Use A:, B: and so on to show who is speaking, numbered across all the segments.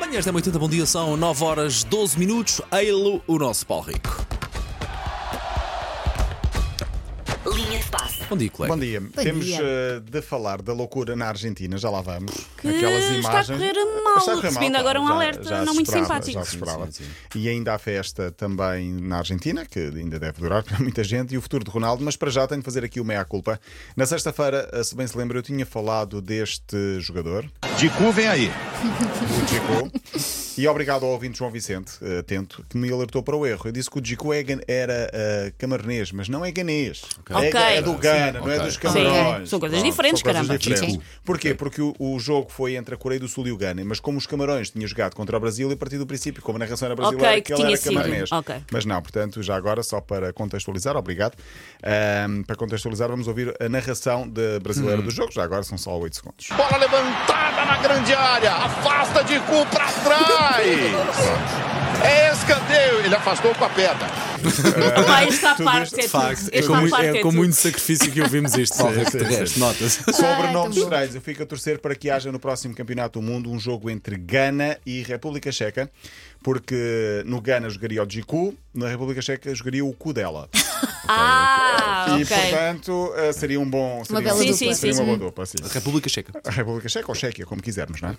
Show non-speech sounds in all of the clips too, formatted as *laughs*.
A: Manhãs da 80, bom dia, são 9 horas 12 minutos. Eilo, o nosso Paulo Rico.
B: Linha de passe.
A: Bom dia, colega.
C: Bom dia. Temos eh, de falar da loucura na Argentina, já lá vamos. Aquelas
D: está a
C: imagens.
D: correr mal,
C: Está a correr
D: recebendo agora um
C: já-
D: alerta
C: já
D: não
C: se
D: muito
C: esperava,
D: simpático.
C: Já se esperava.
A: Sim, sim,
C: E ainda há festa também na Argentina, que ainda deve durar para muita gente, e o futuro de Ronaldo, mas para já tenho de fazer aqui o meia-culpa. Na sexta-feira, eh, se bem se lembra, eu tinha falado deste jogador,
E: Dicu vem aí.
C: o Dico, e obrigado ao ouvinte João Vicente, eh, atento, que me alertou para o erro. Eu disse que o Dico é gan- era eh, camaronês, mas não é ganês. É,
D: Ok.
C: é do Gana, não é
A: Ok.
C: dos
A: Sim.
C: Camarões.
D: São coisas
C: Pronto,
D: diferentes,
C: são coisas
D: caramba.
C: diferentes.
D: Sim.
C: Porquê? Porque o, o jogo foi entre a Coreia do Sul e o Gana, mas como os Camarões tinham jogado contra o Brasil, e a partir do princípio, como a narração era brasileira,
D: Ok, que
C: que ele
D: tinha
C: era
D: sido.
C: camaronês.
D: Ok.
C: Mas não, portanto, já agora, só para contextualizar, obrigado. ahm, para contextualizar, vamos ouvir a narração da brasileira do jogo, já agora são só 8 segundos.
E: Bola levantada na grande área. Afasta Dicu pra trás. É escanteio. Ele afastou com a perna.
C: *laughs*
D: Opa, esta
C: tudo
D: parte
C: isto
D: é
C: de
D: tudo.
C: facto,
D: Esta
A: com, mui-
D: parte
A: é
D: é
A: com
D: tudo.
A: muito sacrifício que *laughs* ouvimos isto, É Paulo Rico.
C: sim,
A: De
C: sim.
A: resto, nota-se.
C: Sobre nomes
F: Ai, tão bom.
C: estranhos, eu fico a torcer para que haja no próximo Campeonato do Mundo um jogo entre Gana e República Checa, porque no Gana jogaria o Giku, na República Checa jogaria o Kudela.
D: Ah,
C: E
D: ok.
C: portanto eh, seria um bom. Seria
F: bela
C: um-
F: dupla.
C: seria
D: Sim, sim,
C: uma
D: sim.
C: boa dupla, sim.
A: República Checa.
C: A República Checa ou Chequia, como quisermos, não é?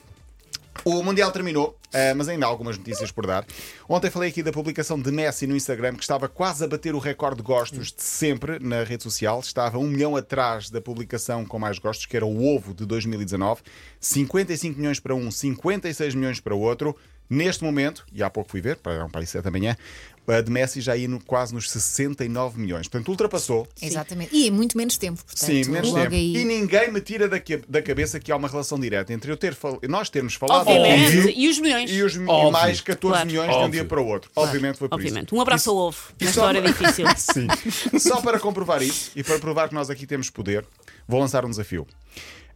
C: O Mundial terminou, eh, mas ainda há algumas notícias por dar. Ontem falei aqui da publicação de Messi no Instagram, que estava quase a bater o recorde de gostos de sempre na rede social. Estava um milhão atrás da publicação com mais gostos, que era o Ovo de 2019. 55 milhões para um, 56 milhões para o outro. Neste momento, e há pouco fui ver, para para isso 7 da manhã, é, a de Messi já ia no, quase nos 69 milhões. Portanto, ultrapassou.
F: Exatamente. E em muito menos tempo, portanto.
C: Sim, menos
F: logo
C: tempo.
F: aí.
C: E ninguém me tira da, que- da cabeça que há uma relação direta entre eu ter fal- nós termos falado
D: Obviamente.
C: óbvio,
D: E os milhões.
C: e os mi-
A: Óbvio.
C: mais 14
D: Claro.
C: milhões de um dia para o outro. Obviamente foi por
D: Obviamente. Um abraço ao ovo. Uma
C: isso é uma-
D: história difícil. *laughs* Sim.
C: isso. Só para comprovar isso e para provar que nós aqui temos poder, vou lançar um desafio.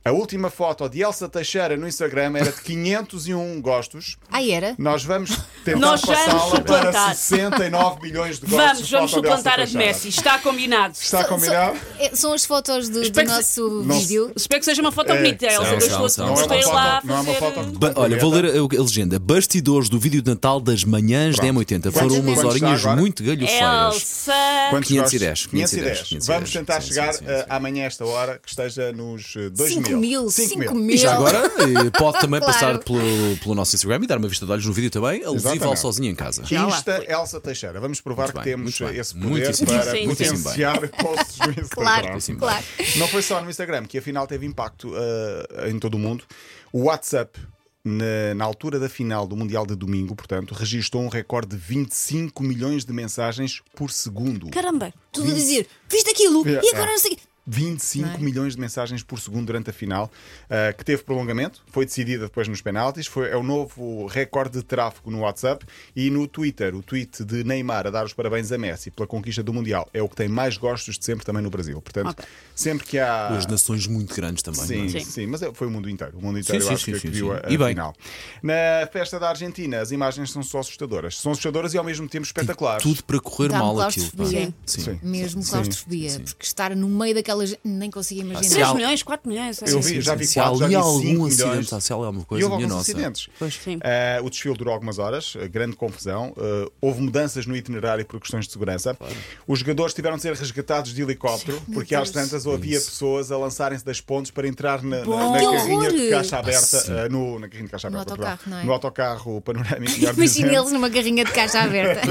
C: A última foto de Elsa Teixeira no Instagram era de 501 gostos.
F: Ah, era?
C: Nós vamos tentar
D: Nós vamos
C: passá-la para
D: suplantar.
C: 69 milhões de gostos. foto
D: Vamos, vamos
C: de Elsa
D: suplantar a de
C: Teixeira.
D: Messi. Está combinado.
C: Está combinado?
F: São, é, são as fotos do, do
D: Espero que
F: nosso
C: Nossa.
F: vídeo.
D: Espero que seja uma
C: É,
D: foto bonita.
F: é,
D: Elsa
A: são,
D: deixou
A: são,
D: a sua
A: são.
D: mostrei lá a
C: Não é uma
D: fazer-
F: eh,
C: foto de
A: Ba- olha, vou ler a, a legenda. Bastidores do vídeo de Natal das manhãs da M80. Foram
F: Quantos-
A: umas
F: quantos
C: está
A: horinhas
C: agora?
A: muito galhofeiras.
D: Elsa.
C: Quantos
A: 510,
C: gostos? 510.
A: 510.
C: Vamos tentar
A: Sim, sim,
C: chegar
A: sim,
C: eh,
A: sim.
C: amanhã, a esta hora, que esteja nos eh, 2
F: 5 mil, 5 mil.
A: E já *laughs* agora eh, pode também
F: Claro.
A: passar pelo, pelo nosso Instagram e dar uma vista de olhos no vídeo também, alusivo ao
C: Exatamente.
A: sozinho em casa.
C: Insta é Elsa Teixeira. Vamos provar
A: Muito
C: que
A: bem,
C: temos
A: muito bem.
C: esse poder
A: Muitíssimo
C: para
D: bem. Sim, sim.
C: potenciar *laughs* posts no Instagram.
F: Claro, claro.
C: Não foi só no Instagram que afinal teve impacto eh, em todo o mundo. O WhatsApp. Na, na altura da final do Mundial de Domingo, portanto, registrou um recorde de 25 milhões de mensagens por segundo.
D: Caramba.
F: Tudo a dizer, viste aquilo
C: Yeah.
F: e agora não sei o quê.
C: 25
F: Não é?
C: milhões de mensagens por segundo durante a final, ah, que teve prolongamento, foi decidida depois nos penaltis, foi, é o novo recorde de tráfego no WhatsApp e no Twitter. O tweet de Neymar a dar os parabéns a Messi pela conquista do Mundial é o que tem mais gostos de sempre também no Brasil. Portanto,
D: Ok.
C: sempre que há.
A: As nações muito grandes também. não
C: Sim,
A: é?
C: sim, mas é- foi o mundo inteiro. O mundo inteiro
A: Sim,
C: eu
A: sim,
C: acho
A: sim,
C: que,
A: sim,
C: que
A: sim.
C: viu a, a
A: E bem.
C: final. Na festa da Argentina, as imagens são só assustadoras. São assustadoras e ao mesmo tempo espetaculares.
A: Tudo para correr
F: Dá-me
A: mal aquilo. pá.
F: claustrofobia.
A: Sim.
C: Sim.
F: Mesmo
C: Sim, Ah,
F: claustrofobia,
A: sim.
F: porque estar no meio daquela gente nem consigo
A: se há-
F: imaginar.
D: 3 milhões, 4 milhões. é.
C: Eu
A: Sim,
C: vi, já
A: sim,
C: vi
A: se há
C: quatro, já
A: ali
C: vi
A: algum
C: cinco
A: acidente,
C: milhões.
A: há- se há ali alguma
C: e
A: coisa,
C: houve
A: minha
C: alguns
A: nossa.
C: acidentes.
A: Pois.
D: Sim.
C: Ah, o desfile durou algumas horas, ah, grande confusão. ah, houve mudanças no itinerário por questões de segurança. Os jogadores tiveram de ser resgatados de helicóptero, porque às tantas
A: É
C: havia pessoas a lançarem-se das pontes para entrar na, na-
D: Bom.
C: na
D: Que
C: carrinha de
F: horror!
C: caixa aberta, ah, no, na carrinha de caixa
F: No
C: aberta,
F: autocarro,
C: perdão.
F: não é?
C: no autocarro panorâmico. melhor
F: *laughs* Imagina
C: dizendo.
F: eles numa carrinha de caixa
C: *laughs*
F: aberta.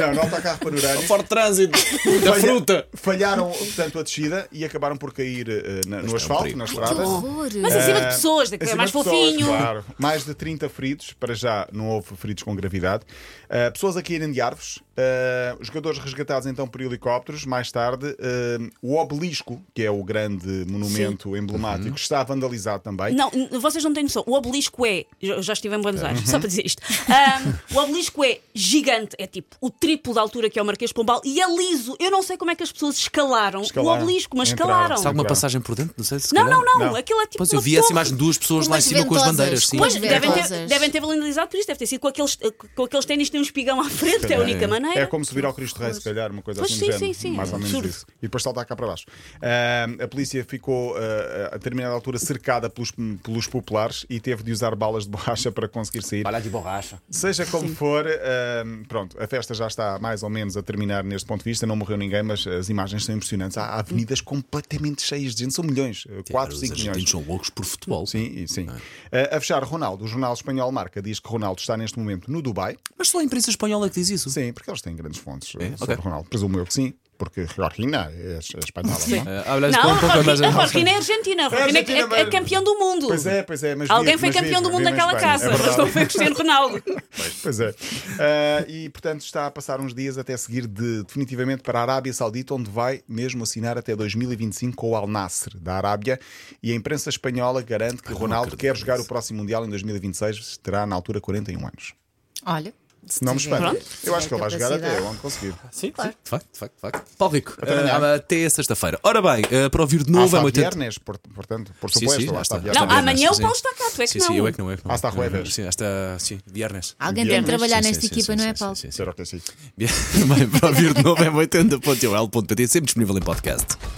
C: Não, no autocarro panorâmico.
A: Forte trânsito da
C: Falha-
A: fruta.
C: Falharam, portanto, a descida e acabaram por cair ah, na- no asfalto,
A: é, um perigo.
C: nas
F: que
C: estradas.
F: horror! assim,
D: Mas acima de pessoas,
C: Em
D: daquilo é
C: cima
D: mais
C: de pessoas,
D: fofinho.
C: Claro. *laughs* Mais de 30 feridos, para já não houve feridos com gravidade. Uh, pessoas a caírem de árvores, uh, os jogadores resgatados então por helicópteros. Mais tarde, uh, o obelisco, que é o grande monumento emblemático, está vandalizado também.
D: Não, n- vocês não têm noção. O obelisco é. Eu já estive em Buenos Aires, só para dizer isto. Ahm, o obelisco é gigante, é tipo o triplo da altura que é o Marquês de Pombal e é liso. Eu não sei como é que as pessoas eles escalaram,
C: Escalaram.
D: o obelisco, mas
C: Entraram.
D: escalaram.
A: Está alguma
C: Claro.
A: passagem por dentro? Não sei se.
D: Não,
A: calhar.
D: não, não,
C: Não.
D: Aquilo é tipo.
A: Pois
D: uma
A: eu vi assim
D: torre.
A: imagem de duas pessoas lá em
F: Umas
A: cima com as
F: ventosas.
A: bandeiras. Sim.
D: Pois,
F: As
D: devem ter,
F: ventosas.
D: devem ter vandalizado por isso, deve ter sido com aqueles, eh, com aqueles ténis que têm um espigão à frente, é a única maneira.
C: É como subir ao Cristo Rei, se calhar, uma coisa
D: Pois
C: assim.
D: sim,
C: do género,
D: sim, sim,
C: Mais
D: é
C: ou menos
D: absurdo.
C: isso. E depois saltar cá para baixo. Ahm, a polícia ficou, ah, a determinada altura, cercada pelos, pelos populares e teve de usar balas de borracha para conseguir sair.
G: Olha de borracha.
C: Seja como for, ahm, pronto, a festa já está mais ou menos a terminar neste ponto de vista. Não morreu ninguém, mas as imagens são impressionantes. Há avenidas completamente cheias de gente, são milhões, 4,
A: Os
C: 5 milhões.
A: argentinos é? são loucos por futebol.
C: Sim, e- sim. Ah, a fechar, Ronaldo, o jornal espanhol Marca diz que Ronaldo está neste momento no Dubai.
A: Mas só a imprensa espanhola é que diz isso.
C: Sim, porque eles têm grandes fontes eh,
A: É?
C: sobre
A: Ok.
C: Ronaldo. Presumo eu que sim, porque Georgina é es- é espanhola. não é?
A: Eh, hablas
D: Não,
A: com
D: a
A: um pouco mais-
D: Roquina- a Roquina é argentina. A Roquina é,
C: Argentina,
D: é- é
C: mas-
D: campeão do mundo.
C: Pois é, pois é. Mas
D: Alguém
C: vive-
D: foi
C: mas
D: campeão
C: vive-
D: do mundo
C: vive em
D: naquela
C: Espanha,
D: casa,
C: é
D: mas não
C: verdade.
D: foi Cristiano Ronaldo.
C: Pois é. Ah, e portanto está a passar uns dias até seguir de- definitivamente para a Arábia Saudita, onde vai mesmo assinar até 2025 com o Al Nasser da Arábia. E a imprensa espanhola garante que Ronaldo quer jogar o próximo Mundial em 2026, terá na altura 41 anos.
F: Olha. se
C: Não me
F: tiver-
C: espanta.
F: se
C: Eu acho que ele
F: tiver
C: vai jogar até
F: é capacidade.
C: onde conseguir.
G: Sim, claro.
A: De facto, de facto, de facto. Paulo Rico, eh,
C: amanhã. Ah,
A: até sexta-feira. Ora bem, eh, para ouvir de novo é
C: Hasta
A: muito.
C: viernes, por- portanto, por
A: Sim,
C: supuesto,
A: sim,
C: lá
A: lá
C: está
A: está.
C: Ah, viernes.
D: Não,
A: viernes,
D: amanhã o
A: sim.
D: Paulo está cá, tu
A: Sim,
D: é que
A: sim, eu
D: não. Ah,
A: é que não é. que não.
C: Hasta jueves.
A: Sim, hasta. Sim, viernes.
F: Alguém tem
C: Viernes.
F: que trabalhar
A: Sim,
F: nesta
A: sim, sim,
F: equipa,
A: sim,
F: não é,
A: sim,
F: Paulo?
A: sim, sim. *laughs*
C: Será que é assim?
A: Bem, para ouvir de novo é 80.pt, sempre disponível em podcast.